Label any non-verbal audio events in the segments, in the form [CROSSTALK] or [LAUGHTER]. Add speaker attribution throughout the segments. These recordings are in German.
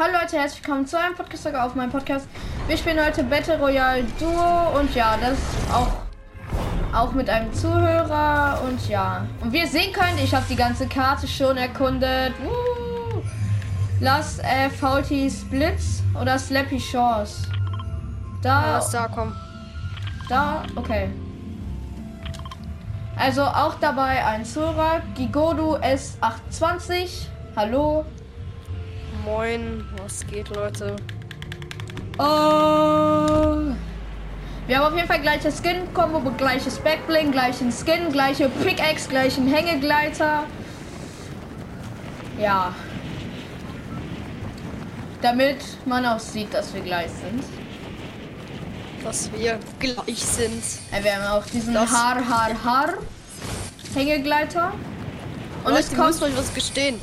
Speaker 1: Hallo Leute, herzlich willkommen zu einem Podcast sogar auf meinem Podcast. Wir spielen heute Battle Royale Duo und ja, das auch auch mit einem Zuhörer und ja. Und wie ihr sehen könnt, ich habe die ganze Karte schon erkundet. Woo! Lass äh, VT Splits oder Slappy Shores. Da,
Speaker 2: Lass da kommen.
Speaker 1: da, okay. Also auch dabei ein Zuhörer, Gigodu S820. Hallo.
Speaker 2: Moin, was geht, Leute?
Speaker 1: Oh. Wir haben auf jeden Fall gleiches Skin-Kombo, gleiches Backbling, gleichen Skin, gleiche Pickaxe, gleichen Hängegleiter. Ja. Damit man auch sieht, dass wir gleich sind.
Speaker 2: Dass wir gleich sind.
Speaker 1: Äh, Wir haben auch diesen
Speaker 2: Das-
Speaker 1: Har Har Har Hängegleiter. Und
Speaker 2: Leute,
Speaker 1: es
Speaker 2: wir
Speaker 1: kommt.
Speaker 2: müssen euch was gestehen.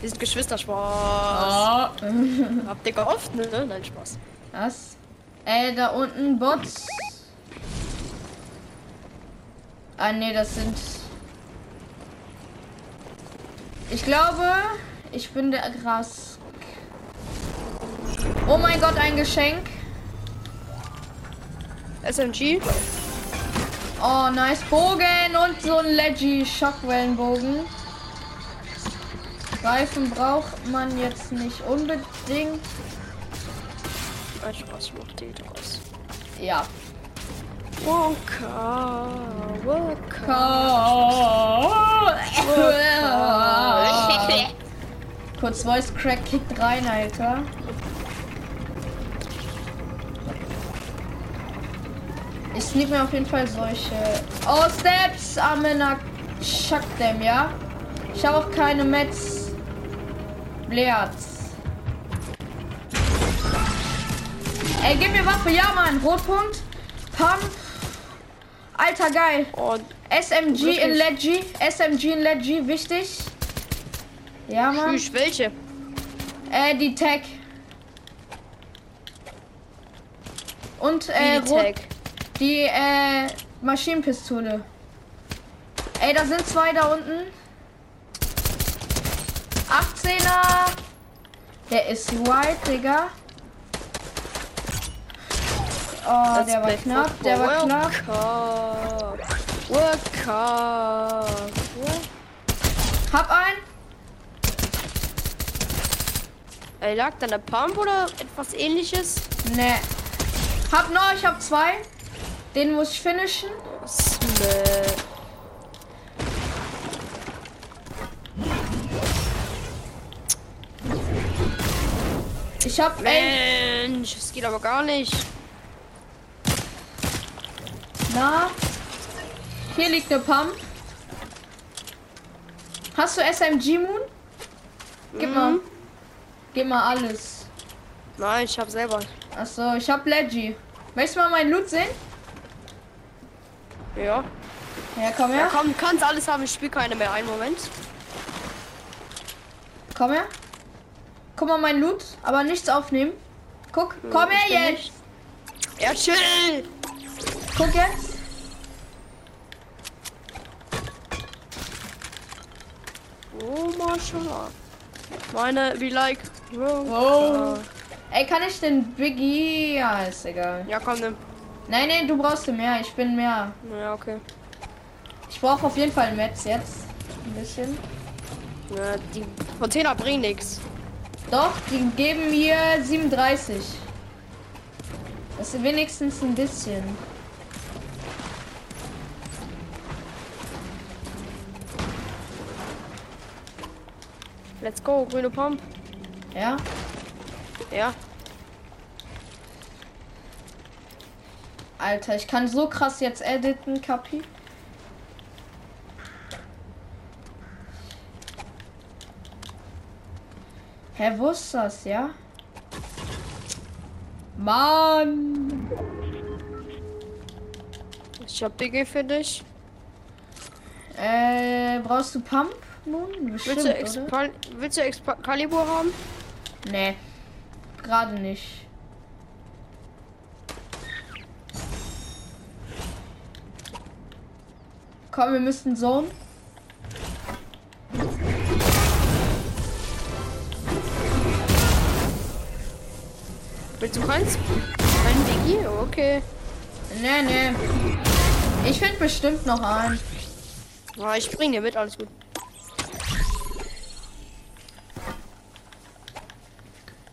Speaker 2: Wir sind Geschwister, Spaß.
Speaker 1: Oh.
Speaker 2: Habt ihr gehofft, ne? Nein, Spaß.
Speaker 1: Was? Äh, da unten Bots. Ah, nee, das sind. Ich glaube, ich bin der Gras. Oh mein Gott, ein Geschenk.
Speaker 2: SMG?
Speaker 1: Oh, nice. Bogen und so ein Leggy Schockwellenbogen. Reifen braucht man jetzt nicht unbedingt.
Speaker 2: Nein, Spaß, ich mach die draus.
Speaker 1: Ja.
Speaker 2: Woka, woka.
Speaker 1: Kurz Voice Crack kickt rein, Alter. Ich sneak mir auf jeden Fall solche. Oh, Steps! Amena Chuck them, ja? Ich habe auch keine Mets. Bleats. Ey, gib mir Waffe, ja, Mann. Rotpunkt. Pump. Alter, geil.
Speaker 2: Und
Speaker 1: SMG in
Speaker 2: Wirklich?
Speaker 1: Leggy. SMG in Leggy, wichtig. Ja, Mann.
Speaker 2: tschüss, welche?
Speaker 1: Äh, die Tag. Und äh,
Speaker 2: Die
Speaker 1: rot-
Speaker 2: Tag.
Speaker 1: die äh, Maschinenpistole. Ey, da sind zwei da unten. 18er. Der ist white, Digga. Oh,
Speaker 2: Das
Speaker 1: der war
Speaker 2: Black
Speaker 1: knapp,
Speaker 2: Football.
Speaker 1: der war knapp.
Speaker 2: Woka, woka, woka.
Speaker 1: Hab einen.
Speaker 2: Ey, Äh, lag da eine Pump oder etwas ähnliches?
Speaker 1: Ne. Hab noch, ich hab zwei. Den muss ich finishen.
Speaker 2: Smell.
Speaker 1: Ich hab elf.
Speaker 2: Mensch, es geht aber gar nicht.
Speaker 1: Na. Hier liegt eine Pump. Hast du SMG Moon? Gib mal. Gib mal alles.
Speaker 2: Nein, ich hab selber.
Speaker 1: Achso, ich hab Leggy. Möchtest du mal meinen Loot sehen?
Speaker 2: Ja.
Speaker 1: Ja, komm
Speaker 2: ja
Speaker 1: her.
Speaker 2: komm, kannst alles haben, ich spiel keine mehr. Einen Moment.
Speaker 1: Komm her. Guck mal mein Loot, aber nichts aufnehmen. Guck, komm
Speaker 2: Hm, Ich bin
Speaker 1: her jetzt.
Speaker 2: nicht- Ja, chill!
Speaker 1: Guck jetzt.
Speaker 2: Oh, Mashallah. Meine, wie like.
Speaker 1: Oh. Ey, kann ich den Biggie? Ja, ist egal.
Speaker 2: Ja, komm, nimm.
Speaker 1: Nein, nein, du brauchst mehr. Ich bin mehr.
Speaker 2: Ja, okay.
Speaker 1: Ich brauche auf jeden Fall ein Metz jetzt. Ein bisschen.
Speaker 2: Ja, die Container bringen nichts.
Speaker 1: Doch, die geben mir 37. Das ist wenigstens ein bisschen.
Speaker 2: Let's go, grüne Pump.
Speaker 1: Ja?
Speaker 2: Ja.
Speaker 1: Alter, ich kann so krass jetzt editen, Kapi. Hä, wo ist das, ja? Mann!
Speaker 2: Ich hab BG für dich.
Speaker 1: Äh, brauchst du Pump nun? Bestimmt,
Speaker 2: Willst du,
Speaker 1: oder?
Speaker 2: Expal willst du Excalibur haben?
Speaker 1: Nee, gerade nicht. Komm, wir müssen so.
Speaker 2: Willst du rein? Rein Biggie? Okay.
Speaker 1: Nee, nee. Ich finde bestimmt noch einen.
Speaker 2: Ah, ich spring dir mit, alles gut.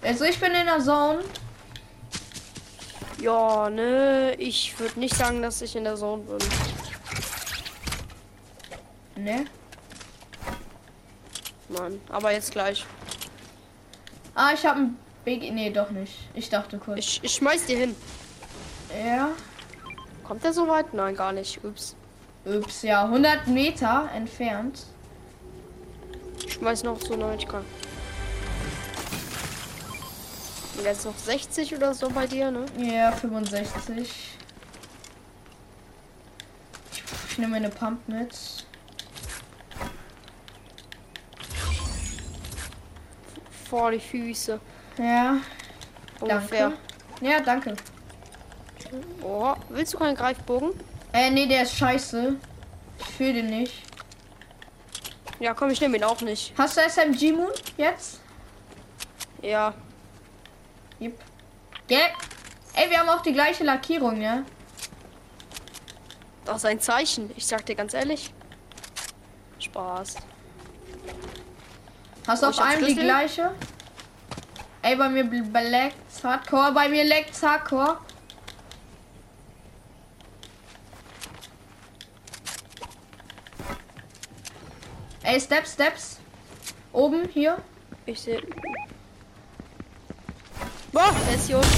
Speaker 1: Also ich bin in der Zone.
Speaker 2: Ja, ne, ich würde nicht sagen, dass ich in der Zone bin.
Speaker 1: Nee.
Speaker 2: Mann, aber jetzt gleich.
Speaker 1: Ah, ich habe ein Big. Nee, doch nicht. Ich dachte kurz.
Speaker 2: Ich, ich schmeiß dir hin.
Speaker 1: ja.
Speaker 2: Kommt er so weit? Nein, gar nicht. Ups.
Speaker 1: Ups, ja. 100 Meter entfernt.
Speaker 2: Ich schmeiß noch so eine ich kann. Und Jetzt noch 60 oder so bei dir, ne?
Speaker 1: Ja, 65. Ich nehme eine Pump mit.
Speaker 2: Vor die Füße.
Speaker 1: Ja,
Speaker 2: Ungefähr.
Speaker 1: danke. Ja, danke.
Speaker 2: Oh, willst du keinen Greifbogen?
Speaker 1: Äh, nee, der ist scheiße. Ich fühle den nicht.
Speaker 2: Ja, komm, ich nehme ihn auch nicht.
Speaker 1: Hast du SMG Moon jetzt?
Speaker 2: Ja.
Speaker 1: Yep. Gell? Ey, wir haben auch die gleiche Lackierung, ne? ja?
Speaker 2: Das ist ein Zeichen. Ich sag dir ganz ehrlich. Spaß.
Speaker 1: Hast
Speaker 2: Oh,
Speaker 1: du auf
Speaker 2: ich hab
Speaker 1: einem die
Speaker 2: Schlüssel.
Speaker 1: gleiche? Ey, bei mir bl- bl- laggt hardcore, bei mir laggt hardcore. Ey, Steps, Steps. Oben, hier.
Speaker 2: Ich sehe. Boah, der ist hier unten.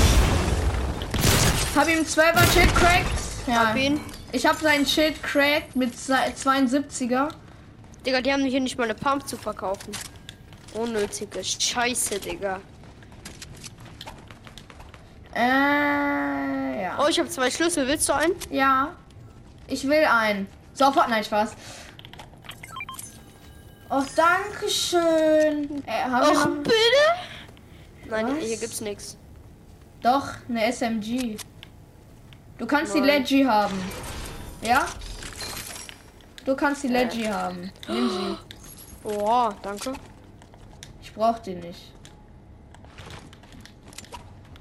Speaker 1: Hab ihm 12er Schild cracked. Ja.
Speaker 2: Hab ihn.
Speaker 1: Ich hab sein Schild cracked mit se- 72er.
Speaker 2: Digga, die haben hier nicht mal eine Pump zu verkaufen. Unnötige Scheiße, Digga.
Speaker 1: Äh, ja.
Speaker 2: Oh, ich habe zwei Schlüssel. Willst du einen?
Speaker 1: Ja. Ich will einen. Sofort, nein, Spaß. Oh, danke schön. Äh, haben wir
Speaker 2: Och,
Speaker 1: noch-
Speaker 2: bitte? Nein,
Speaker 1: Was?
Speaker 2: hier gibt's nichts.
Speaker 1: Doch, eine SMG. Du kannst die
Speaker 2: Nein.
Speaker 1: Leggy haben. Ja? Du kannst die
Speaker 2: Äh.
Speaker 1: Leggy haben. Nimm sie.
Speaker 2: Boah, danke.
Speaker 1: Ich brauch die nicht.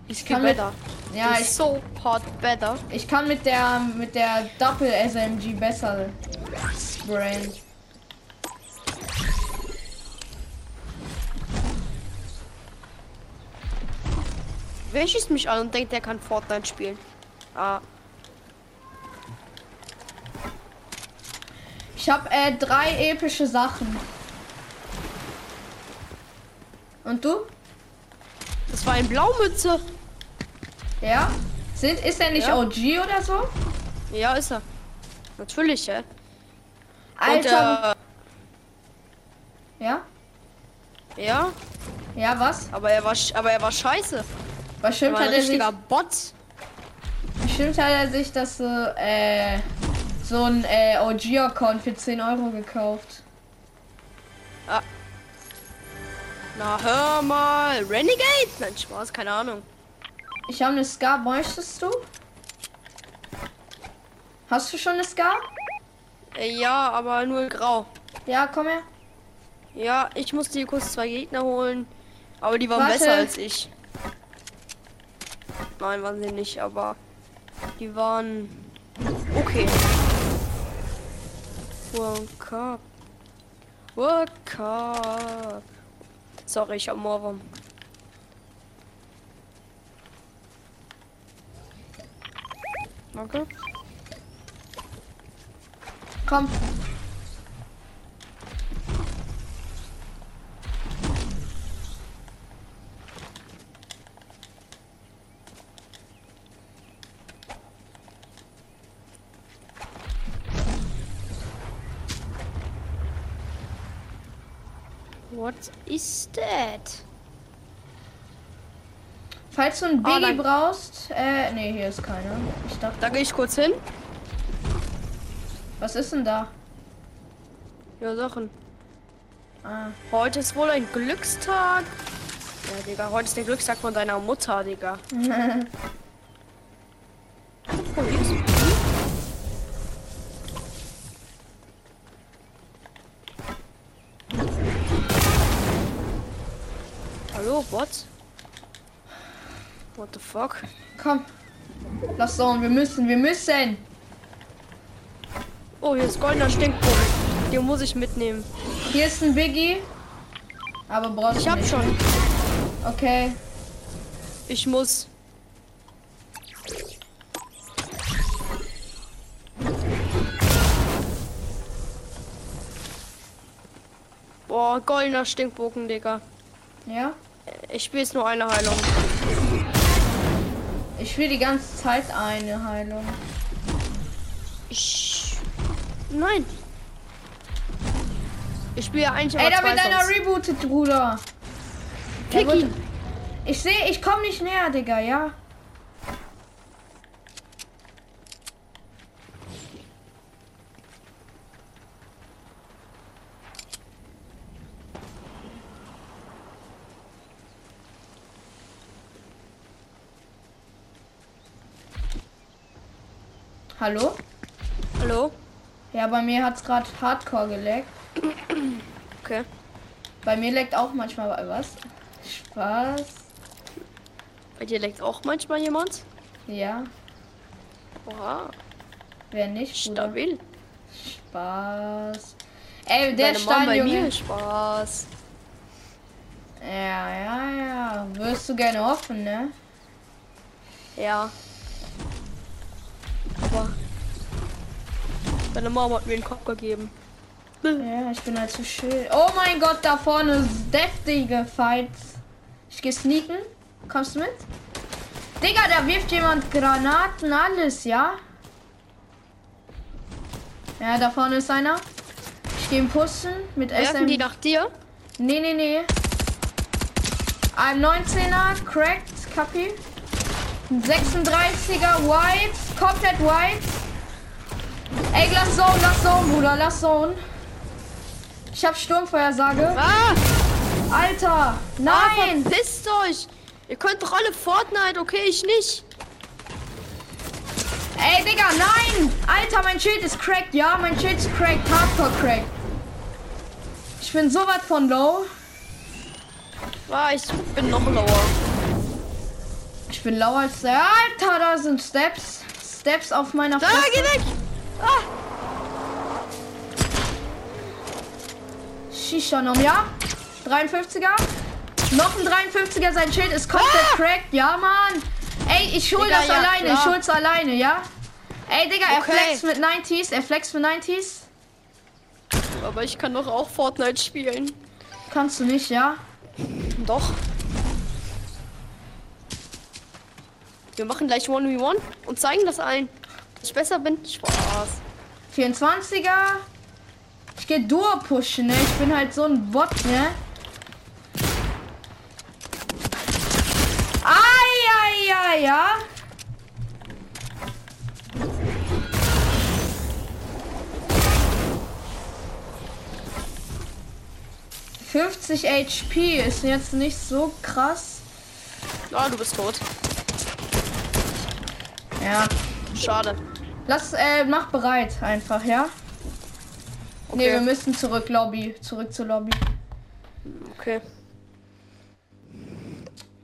Speaker 2: Ich
Speaker 1: kann
Speaker 2: kann
Speaker 1: mit-
Speaker 2: better.
Speaker 1: Ja, ich,
Speaker 2: so hot better.
Speaker 1: ich kann mit der mit der Doppel SMG besser sprayen.
Speaker 2: Wer schießt mich an und denkt, der kann Fortnite spielen? Ah,
Speaker 1: Ich habe äh, drei epische Sachen. Und du?
Speaker 2: das war ein Blaumütze.
Speaker 1: Ja? Sind, ist er nicht
Speaker 2: Ja.
Speaker 1: OG oder so?
Speaker 2: Ja, ist er. Natürlich, ja.
Speaker 1: Alter.
Speaker 2: Und, ähm,
Speaker 1: ja?
Speaker 2: äh, ja,
Speaker 1: Ja, was?
Speaker 2: aber er war, sch- aber er war scheiße. Er
Speaker 1: Bestimmt
Speaker 2: war ein
Speaker 1: hat er, sich,
Speaker 2: richtiger Bot.
Speaker 1: bestimmt hat er sich das so, äh, so ein äh, OG-Account für 10 Euro gekauft.
Speaker 2: Na, hör mal. Renegade? Nein, Spaß, keine Ahnung.
Speaker 1: Ich habe eine Scar, möchtest du? Hast du schon eine Scar?
Speaker 2: Äh, ja, aber nur in grau.
Speaker 1: Ja, komm her.
Speaker 2: Ja, ich musste hier kurz zwei Gegner holen, aber die waren
Speaker 1: Warte.
Speaker 2: besser als ich. Nein, waren sie nicht, aber die waren okay. World Cup. World Cup. Sorry, ich hab Morwurm. Danke.
Speaker 1: Komm.
Speaker 2: What is that?
Speaker 1: Falls du ein Biggie
Speaker 2: nein.
Speaker 1: brauchst, äh, nee, hier ist keiner. Ich dachte,
Speaker 2: Da gehe ich kurz hin.
Speaker 1: was ist denn da?
Speaker 2: Ja, Sachen.
Speaker 1: Ah,
Speaker 2: Heute ist wohl ein Glückstag. Ja, Digga, heute ist der Glückstag von deiner Mutter, Digga. Oh, hier ist- Hallo, Bot? What the fuck?
Speaker 1: Komm. Lass Zone, wir müssen, wir müssen.
Speaker 2: Oh, hier ist goldener Stinkbomben. Den muss ich mitnehmen.
Speaker 1: Hier ist ein Biggie. Aber brauchst
Speaker 2: Ich
Speaker 1: du
Speaker 2: hab
Speaker 1: nicht.
Speaker 2: schon.
Speaker 1: Okay.
Speaker 2: Ich muss. Boah, goldener Stinkbogen, Digga.
Speaker 1: Ja.
Speaker 2: Ich spiele jetzt nur eine Heilung.
Speaker 1: Ich will die ganze Zeit eine Heilung.
Speaker 2: Ich. Nein. Ich spiele ja eigentlich
Speaker 1: Ey,
Speaker 2: immer
Speaker 1: da wird
Speaker 2: zwei
Speaker 1: einer
Speaker 2: sonst.
Speaker 1: rebootet, Bruder. Der
Speaker 2: Kick
Speaker 1: wurde-
Speaker 2: ihn.
Speaker 1: Ich sehe, ich komme nicht näher, Digga, ja. Hallo?
Speaker 2: Hallo?
Speaker 1: Ja, bei mir hat's gerade hardcore geleckt.
Speaker 2: Okay.
Speaker 1: Bei mir leckt auch manchmal was. Spaß.
Speaker 2: Bei dir leckt auch manchmal jemand?
Speaker 1: Ja,
Speaker 2: Oha,
Speaker 1: wer nicht? Bruder.
Speaker 2: stabil.
Speaker 1: Spaß. Ey, der
Speaker 2: Deine Mom bei mir.
Speaker 1: Steinjunge.
Speaker 2: Spaß.
Speaker 1: Ja, ja, ja. Wirst du gerne offen, ne?
Speaker 2: Ja. Aber. Deine Mom hat mir den Kopf gegeben.
Speaker 1: Ja, ich bin halt zu schön. Oh mein Gott, da vorne ist deftige Fights. Ich geh sneaken. Kommst du mit? Digga, da wirft jemand Granaten, alles, ja? Ja, da vorne ist einer. Ich geh ihn pusten mit
Speaker 2: Werfen
Speaker 1: SM.
Speaker 2: die nach dir?
Speaker 1: Nee, nee, nee. Ein 19er, cracked, Kapi. Ein 36er, white, komplett white. Ey, lass Zone, lass Zone, Bruder, lass Zone. Ich hab Sturmfeuersage.
Speaker 2: Ah!
Speaker 1: Alter,
Speaker 2: Nein!
Speaker 1: nein!
Speaker 2: Verpisst euch! Ihr könnt doch alle Fortnite, okay, ich nicht. Ah,
Speaker 1: Ey, Digga, nein! Alter, mein Schild ist cracked, ja, mein Schild ist cracked, hardcore cracked. Ich bin so was von low.
Speaker 2: Ah, ich bin noch lower.
Speaker 1: Ich bin lower als der. Alter, da sind Steps. Steps auf meiner
Speaker 2: Da,
Speaker 1: Fresse.
Speaker 2: geh weg! Ah!
Speaker 1: Shisha noch, ja? 53er? Noch ein 53er, sein Schild ist komplett cracked. Ja, Mann. Ey, ich hol
Speaker 2: Ah! Digga,
Speaker 1: das
Speaker 2: ja,
Speaker 1: alleine. Ich
Speaker 2: klar.
Speaker 1: hol's alleine, ja? Ey, Digga, er
Speaker 2: Okay.
Speaker 1: flext mit 90s. Er flext mit 90s.
Speaker 2: Aber ich kann doch auch Fortnite spielen.
Speaker 1: Kannst du nicht, ja?
Speaker 2: Doch. Wir machen gleich 1v1 und zeigen das allen. dass Ich besser bin. Spaß.
Speaker 1: 24er. Ich geh Duo pushen, ne? Ich bin halt so ein Bot, ne? Ai, ai, ai, ja. ...50 HP ist jetzt nicht so krass.
Speaker 2: Ah, du bist tot.
Speaker 1: Ja.
Speaker 2: Schade.
Speaker 1: Lass, äh, mach bereit einfach, ja? Ne,
Speaker 2: Okay.
Speaker 1: wir müssen zurück, Lobby. Zurück zur Lobby.
Speaker 2: Okay.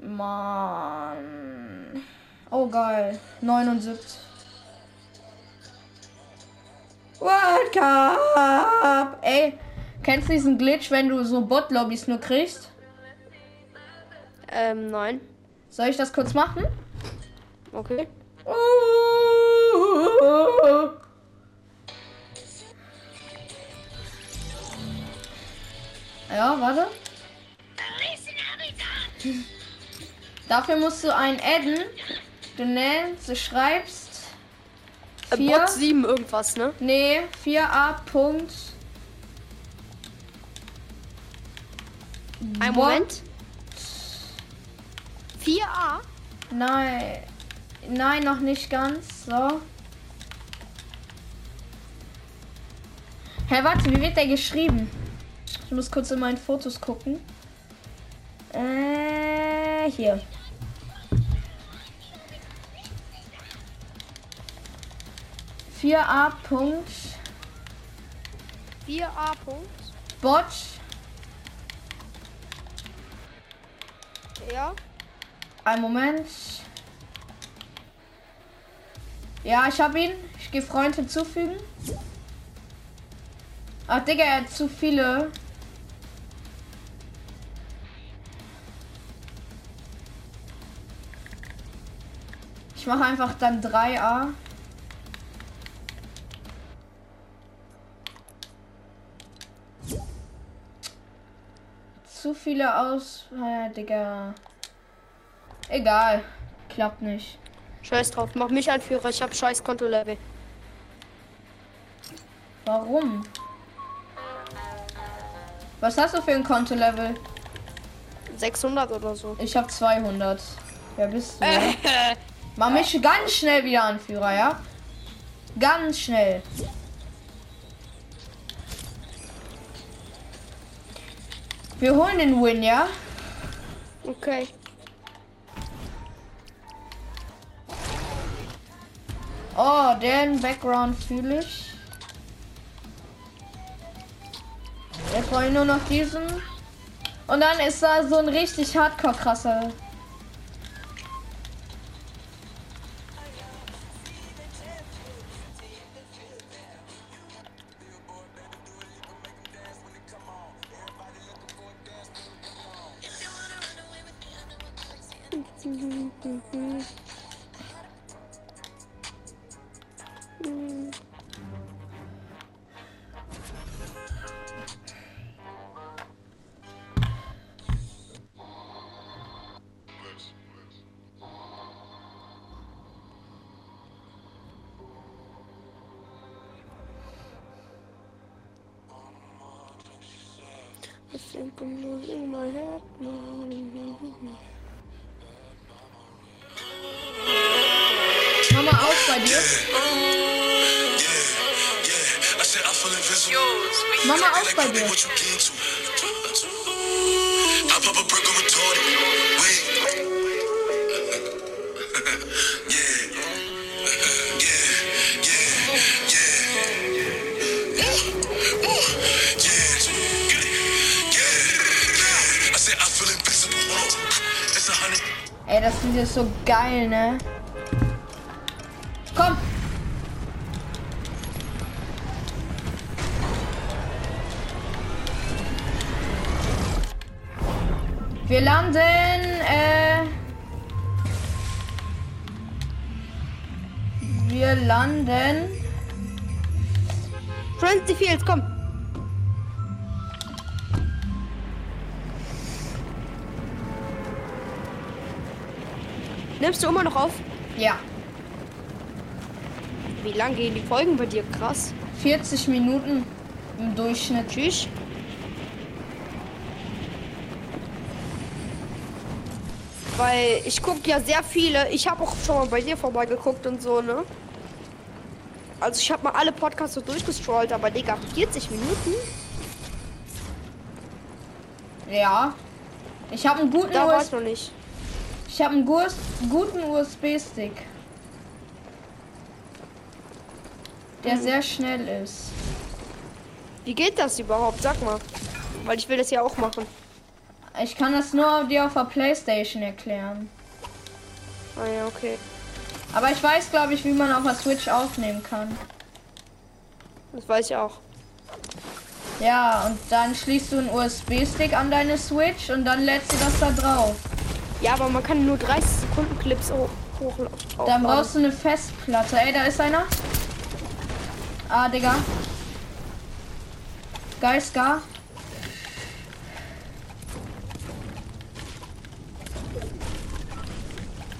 Speaker 1: Mann. Oh geil. 79. World Cup. Ey, kennst du diesen Glitch, wenn du so Bot-Lobbys nur kriegst?
Speaker 2: Ähm, nein.
Speaker 1: Soll ich das kurz machen?
Speaker 2: Okay.
Speaker 1: Ja, warte. Dafür musst du einen adden. Du nennst, du schreibst.
Speaker 2: Äh,
Speaker 1: Vier.
Speaker 2: Bot 7 irgendwas, ne?
Speaker 1: Nee, 4a. Punkt.
Speaker 2: Ein
Speaker 1: Bot-
Speaker 2: Moment. 4a?
Speaker 1: Nein. Nein, noch nicht ganz. So. Hä, warte, wie wird der geschrieben? Ich muss kurz in meinen Fotos gucken. Äh, hier. Vier A Punkt
Speaker 2: 4a Punkt.
Speaker 1: Bot
Speaker 2: Ja.
Speaker 1: Ein Moment. Ja, ich habe ihn. Ich gehe Freund hinzufügen. Ach, Digga, er hat zu viele. Ich mache einfach dann 3a. Zu viele aus. Äh, Digga. Egal. Klappt nicht.
Speaker 2: Scheiß drauf, mach mich Anführer, ich hab scheiß Kontolevel.
Speaker 1: Warum? Was hast du für ein Kontolevel?
Speaker 2: 600 oder so.
Speaker 1: Ich habe 200. Wer bist du? Mach mich ganz schnell wieder Anführer, ja? Ganz schnell. Wir holen den Win, ja?
Speaker 2: Okay.
Speaker 1: Oh, den Background fühle ich. Jetzt wollen nur noch diesen. Und dann ist da so ein richtig hardcore krasser.
Speaker 2: I think I'm losing my head now.
Speaker 1: Mach mal auf bei dir.
Speaker 3: Yeah, I said I feel invisible.
Speaker 1: Mach mal
Speaker 3: Like,
Speaker 1: auf bei
Speaker 3: be
Speaker 1: dir.
Speaker 3: what you get to. I pop a brick of retarded. Wait. [LAUGHS] yeah. [LAUGHS] yeah, yeah, yeah. Woo, woo, yeah. Get it. Yeah. I said I feel invisible. It's a hundred.
Speaker 1: Ey, das Video ist so geil, ne? Komm! Wir landen, äh... Wir landen...
Speaker 2: Frenzy Fields, komm! Nimmst du immer noch auf?
Speaker 1: Ja,
Speaker 2: Wie lang gehen die Folgen bei dir? Krass.
Speaker 1: 40 Minuten im Durchschnitt.
Speaker 2: Tschüss. Weil ich gucke ja sehr viele. Ich habe auch schon mal bei dir vorbeigeguckt und so, ne? Also ich habe mal alle Podcasts so durchgestrollt, aber Digga, 40 Minuten?
Speaker 1: Ja. Ich habe einen guten
Speaker 2: Da war
Speaker 1: US
Speaker 2: ich noch nicht.
Speaker 1: Ich habe einen Gus guten USB-Stick. Der sehr schnell ist.
Speaker 2: Wie geht das überhaupt? Sag mal. Weil ich will das ja auch machen.
Speaker 1: Ich kann das nur dir auf der Playstation erklären.
Speaker 2: Ah ja, okay.
Speaker 1: Aber ich weiß, glaube ich, wie man auf der Switch aufnehmen kann.
Speaker 2: Das weiß ich auch.
Speaker 1: Ja, und dann schließt du einen USB-Stick an deine Switch und dann lädst du das da drauf.
Speaker 2: Ja, aber man kann nur 30 Sekunden Clips ho- hochlaufen.
Speaker 1: Dann brauchst du eine Festplatte. Ey, da ist einer. Ah, Digga. Geister.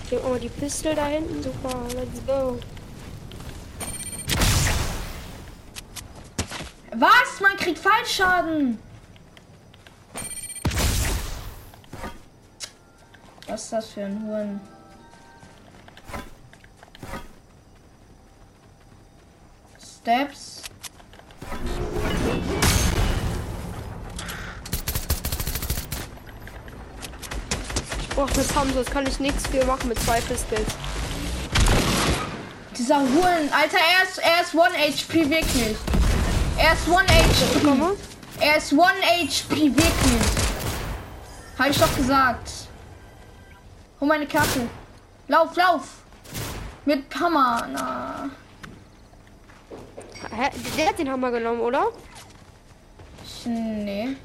Speaker 2: Ich nehme mal die Pistole da hinten. Super, let's go.
Speaker 1: Was? Man kriegt Fallschaden. Was ist das für ein Huren? Steps.
Speaker 2: Ich brauche eine Pump, sonst kann ich nichts viel machen mit zwei Pistols.
Speaker 1: Dieser Huren. Alter, er ist, er ist 1 HP wirklich. Er ist 1 HP.
Speaker 2: Komm,
Speaker 1: Er ist 1 HP wirklich. Hab ich doch gesagt. Hol meine Karte. Lauf, lauf. Mit Hammer. Na.
Speaker 2: Hä? Der hat den Hammer genommen, oder?
Speaker 1: Ich- Nee.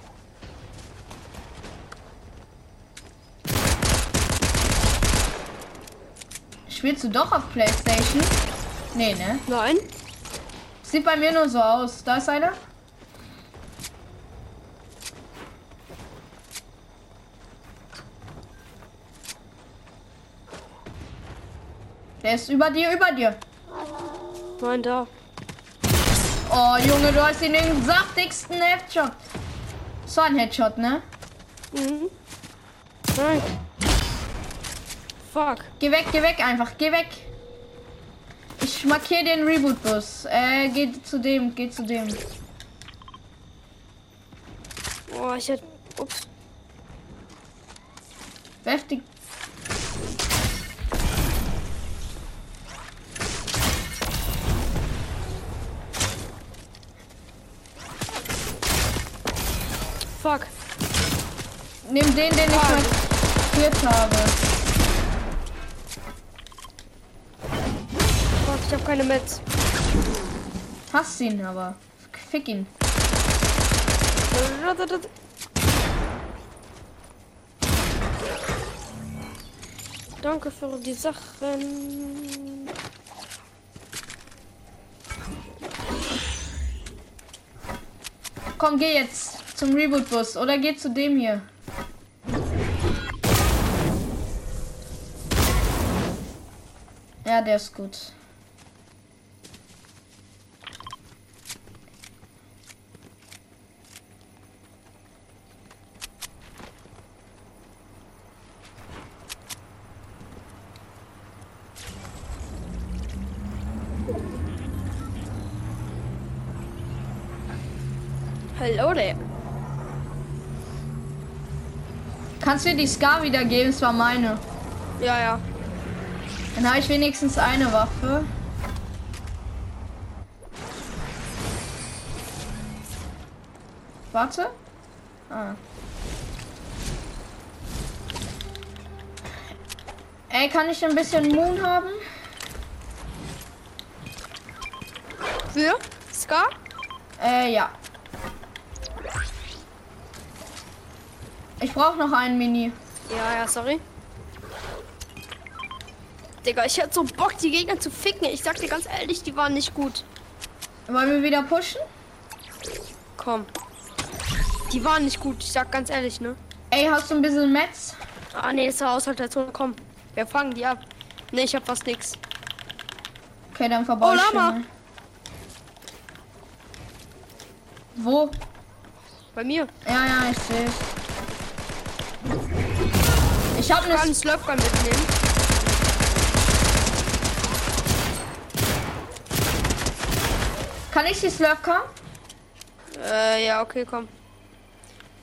Speaker 1: Spielst du doch auf Playstation? Nee, ne?
Speaker 2: Nein.
Speaker 1: Sieht bei mir nur so aus. Da ist einer. Der ist über dir, über dir.
Speaker 2: Nein, da.
Speaker 1: Oh, Junge, du hast ihn den saftigsten Headshot. So ein Headshot, ne?
Speaker 2: Mhm. Nein. Fuck.
Speaker 1: Geh weg, geh weg einfach, geh weg. Ich markiere den Reboot-Bus. Äh, geh zu dem, geh zu dem.
Speaker 2: Oh, ich hätte. Ups.
Speaker 1: Werf die.
Speaker 2: Fuck.
Speaker 1: Nimm den, den ich markiert habe.
Speaker 2: Fuck, ich habe keine Mets.
Speaker 1: Hass ihn aber. Fick ihn.
Speaker 2: Danke für die Sachen.
Speaker 1: Komm, geh jetzt zum Reboot-Bus oder geh zu dem hier. Ja, der ist gut.
Speaker 2: Hallo there.
Speaker 1: Kannst du mir die Scar wieder geben? Es war meine.
Speaker 2: Ja, ja.
Speaker 1: Dann habe ich wenigstens eine Waffe. Warte. Ah. Ey, kann ich ein bisschen Moon haben?
Speaker 2: Für? Scar?
Speaker 1: Äh, ja. Ich brauche noch einen Mini.
Speaker 2: Ja, ja, sorry. Digga, ich hätte so Bock, die Gegner zu ficken. Ich sag dir ganz ehrlich, die waren nicht gut.
Speaker 1: Wollen wir wieder pushen?
Speaker 2: Komm. Die waren nicht gut, ich sag ganz ehrlich, ne?
Speaker 1: Ey, hast du ein bisschen Metz?
Speaker 2: Ah, nee, ist eine Haushaltszone. Komm, wir fangen die ab. Nee, ich hab fast nix.
Speaker 1: Okay, dann verbaue
Speaker 2: Oh,
Speaker 1: ich
Speaker 2: Lama.
Speaker 1: schon mal. Wo?
Speaker 2: Bei mir.
Speaker 1: Ja, ja, ich sehe es. Ich habe
Speaker 2: Ich kann
Speaker 1: eine.
Speaker 2: einen Slurpgun mitnehmen.
Speaker 1: Kann ich die Slurp kommen?
Speaker 2: Äh, ja, okay, komm.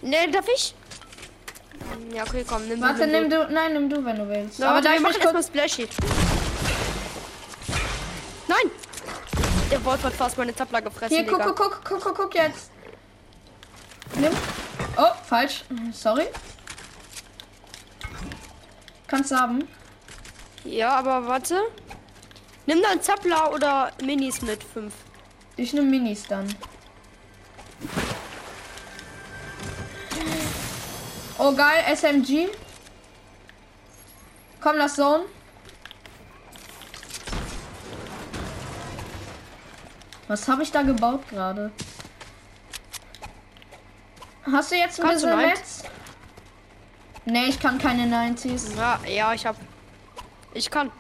Speaker 2: Nee, darf ich? Ja, okay, komm, nimm
Speaker 1: Warte,
Speaker 2: du.
Speaker 1: nimm du. Nein, nimm du, wenn du willst.
Speaker 2: Na,
Speaker 1: Aber
Speaker 2: Aber warte,
Speaker 1: da
Speaker 2: wir
Speaker 1: ich
Speaker 2: machen
Speaker 1: mich
Speaker 2: erstmal
Speaker 1: kurz.
Speaker 2: Splashy. Nein! Der Wolf hat fast meine Zappler gefressen,
Speaker 1: Hier, guck,
Speaker 2: Digga.
Speaker 1: guck, guck, guck, guck, guck jetzt. Nimm. Oh, falsch. Sorry. Kannst du haben.
Speaker 2: Ja, aber warte. Nimm dann Zappler oder Minis mit 5.
Speaker 1: Ich nehme Minis dann. Oh geil, SMG. Komm, lass Zone. Was habe ich da gebaut gerade? Hast du jetzt ein
Speaker 2: Kannst du
Speaker 1: bisschen
Speaker 2: Nines?
Speaker 1: Netz? Nee, ich kann keine 90s.
Speaker 2: Ja, ja, ich hab. Ich kann.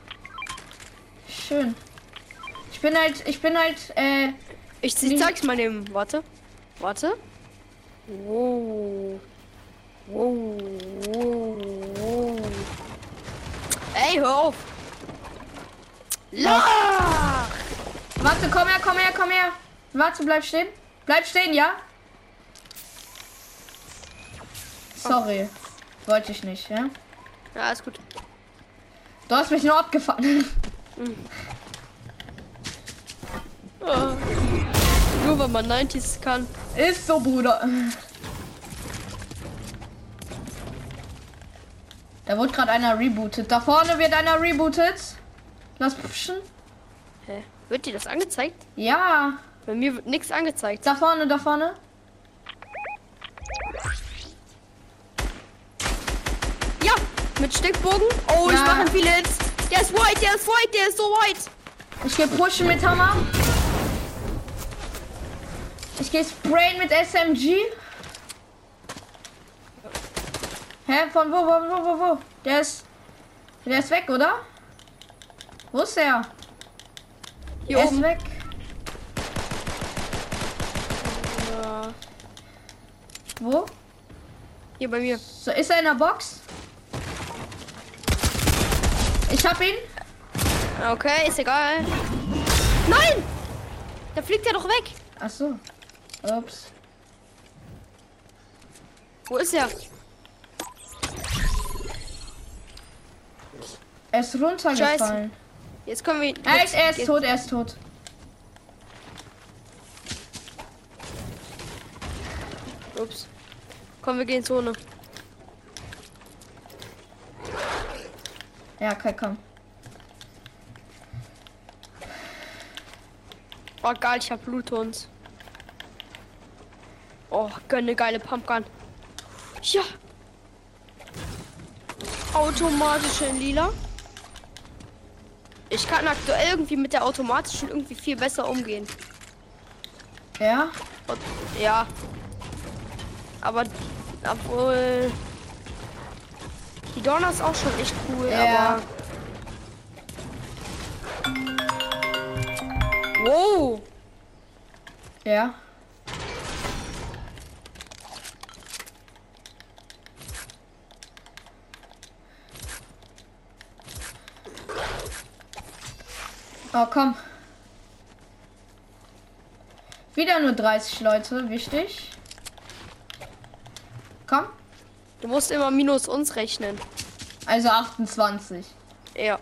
Speaker 1: Schön. Ich bin halt, ich bin halt, äh,
Speaker 2: Ich
Speaker 1: Nee.
Speaker 2: ich zeig's mal dem. Warte. Warte. Wow. Wow. Wow. Wow. Ey, hör auf. Lach!
Speaker 1: Warte, komm her, komm her, komm her. Warte, bleib stehen. Bleib stehen, ja? Sorry. Wollte ich nicht, ja?
Speaker 2: Ja, ist gut.
Speaker 1: Du hast mich nur abgefangen. [LAUGHS]
Speaker 2: Ah. Nur wenn man 90s kann.
Speaker 1: Ist so, Bruder. Da wurde gerade einer rebootet. Da vorne wird einer rebootet. Lass pushen.
Speaker 2: Hä? Wird dir das angezeigt?
Speaker 1: Ja.
Speaker 2: Bei mir wird nichts angezeigt.
Speaker 1: Da vorne, da vorne.
Speaker 2: Ja, mit Stickbogen. Oh, ich
Speaker 1: Ja.
Speaker 2: mache viele Hits. Der ist white, der ist white, der ist so white.
Speaker 1: Ich gehe pushen mit Hammer. Ich gehe sprayen mit SMG. Hä? Von wo, wo, wo, wo, wo? Der ist. Der ist weg, oder? Wo ist er?
Speaker 2: Hier
Speaker 1: Der ist
Speaker 2: oben.
Speaker 1: weg.
Speaker 2: Ja.
Speaker 1: Wo?
Speaker 2: Hier bei mir.
Speaker 1: So, ist er in der Box? Ich hab ihn.
Speaker 2: Okay, ist egal. Nein! Da fliegt er doch weg.
Speaker 1: Ach so. Ups.
Speaker 2: Wo ist er?
Speaker 1: Er ist runtergefallen.
Speaker 2: Jetzt können wir.
Speaker 1: Er ist, er ist
Speaker 2: Jetzt-
Speaker 1: tot, er ist tot.
Speaker 2: Ups. Komm, wir gehen in Zone.
Speaker 1: Ja, okay, komm.
Speaker 2: Oh, geil, ich hab Blutons. Oh, gönn ne geile Pumpgun. Ja. Automatische in lila. Ich kann aktuell irgendwie mit der automatischen irgendwie viel besser umgehen.
Speaker 1: Ja?
Speaker 2: Und, ja. Aber, obwohl. Die Donner ist auch schon echt cool,
Speaker 1: Ja.
Speaker 2: aber. Wow!
Speaker 1: Ja. Oh, komm. Wieder nur 30 Leute, wichtig. Komm.
Speaker 2: Du musst immer minus uns rechnen.
Speaker 1: Also 28.
Speaker 2: Ja.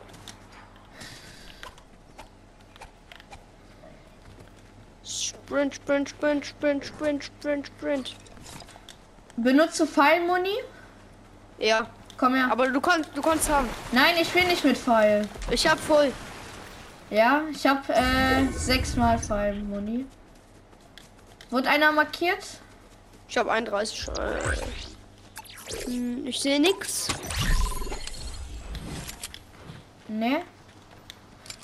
Speaker 2: Sprint, sprint, sprint, sprint, sprint, sprint, sprint.
Speaker 1: Benutze Pfeilmuni.
Speaker 2: Ja,
Speaker 1: Komm her.
Speaker 2: aber du kannst, du kannst haben.
Speaker 1: Nein, ich will nicht mit Pfeil.
Speaker 2: Ich hab voll.
Speaker 1: Ja, ich hab äh, sechsmal Pfeilmuni. Wurde einer markiert?
Speaker 2: Ich hab 31. Äh, hm, ich sehe nix.
Speaker 1: Nee.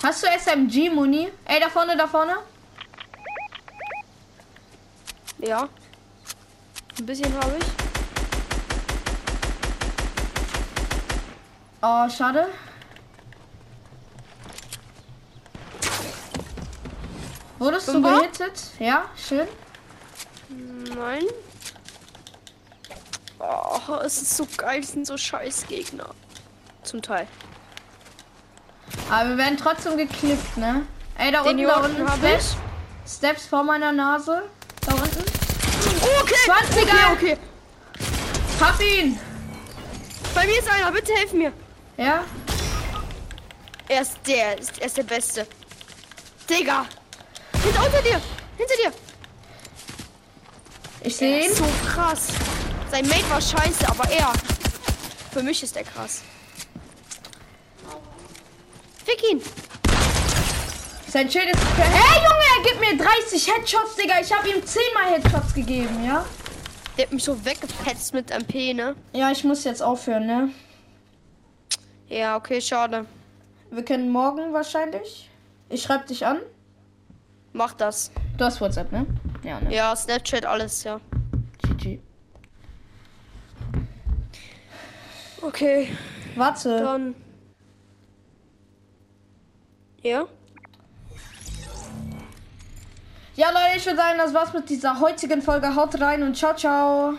Speaker 1: Hast du SMG, Muni? Ey, da vorne, da vorne.
Speaker 2: Ja. Ein bisschen habe ich.
Speaker 1: Oh, schade. Wurdest du
Speaker 2: Fünfer?
Speaker 1: gehittet? Ja, schön.
Speaker 2: Nein. Oh, es ist so geil, es sind so scheiß Gegner. Zum Teil.
Speaker 1: Aber wir werden trotzdem geklippt, ne? Ey, da
Speaker 2: Den
Speaker 1: unten,
Speaker 2: hier
Speaker 1: da
Speaker 2: unten
Speaker 1: unten.
Speaker 2: hab
Speaker 1: Steps,
Speaker 2: ich.
Speaker 1: Steps vor meiner Nase. Da unten.
Speaker 2: Oh, okay.
Speaker 1: 20er.
Speaker 2: Okay, okay.
Speaker 1: Hab ihn!
Speaker 2: Bei mir ist einer, bitte helf mir.
Speaker 1: Ja?
Speaker 2: Er ist der, ist, er ist der Beste. Digga! Hinter unter dir! Hinter dir!
Speaker 1: Ich
Speaker 2: Er
Speaker 1: sehe ihn.
Speaker 2: ist so krass. Sein Mate war scheiße, aber er. Für mich ist er krass. Fick ihn!
Speaker 1: Sein Schild ist. Hey Junge, er gibt mir 30 Headshots, Digga. Ich habe ihm 10 mal Headshots gegeben, ja?
Speaker 2: Der hat mich so weggepetzt mit MP, ne?
Speaker 1: Ja, ich muss jetzt aufhören, ne?
Speaker 2: Ja, okay, schade.
Speaker 1: Wir können morgen wahrscheinlich. Ich schreib dich an.
Speaker 2: Mach das.
Speaker 1: Du hast WhatsApp, ne? Ja, ne?
Speaker 2: Ja, Snapchat, alles, ja.
Speaker 1: GG.
Speaker 2: Okay,
Speaker 1: Warte.
Speaker 2: dann. Ja?
Speaker 1: Ja, Leute, ich würde sagen, das war's mit dieser heutigen Folge. Haut rein und ciao, ciao.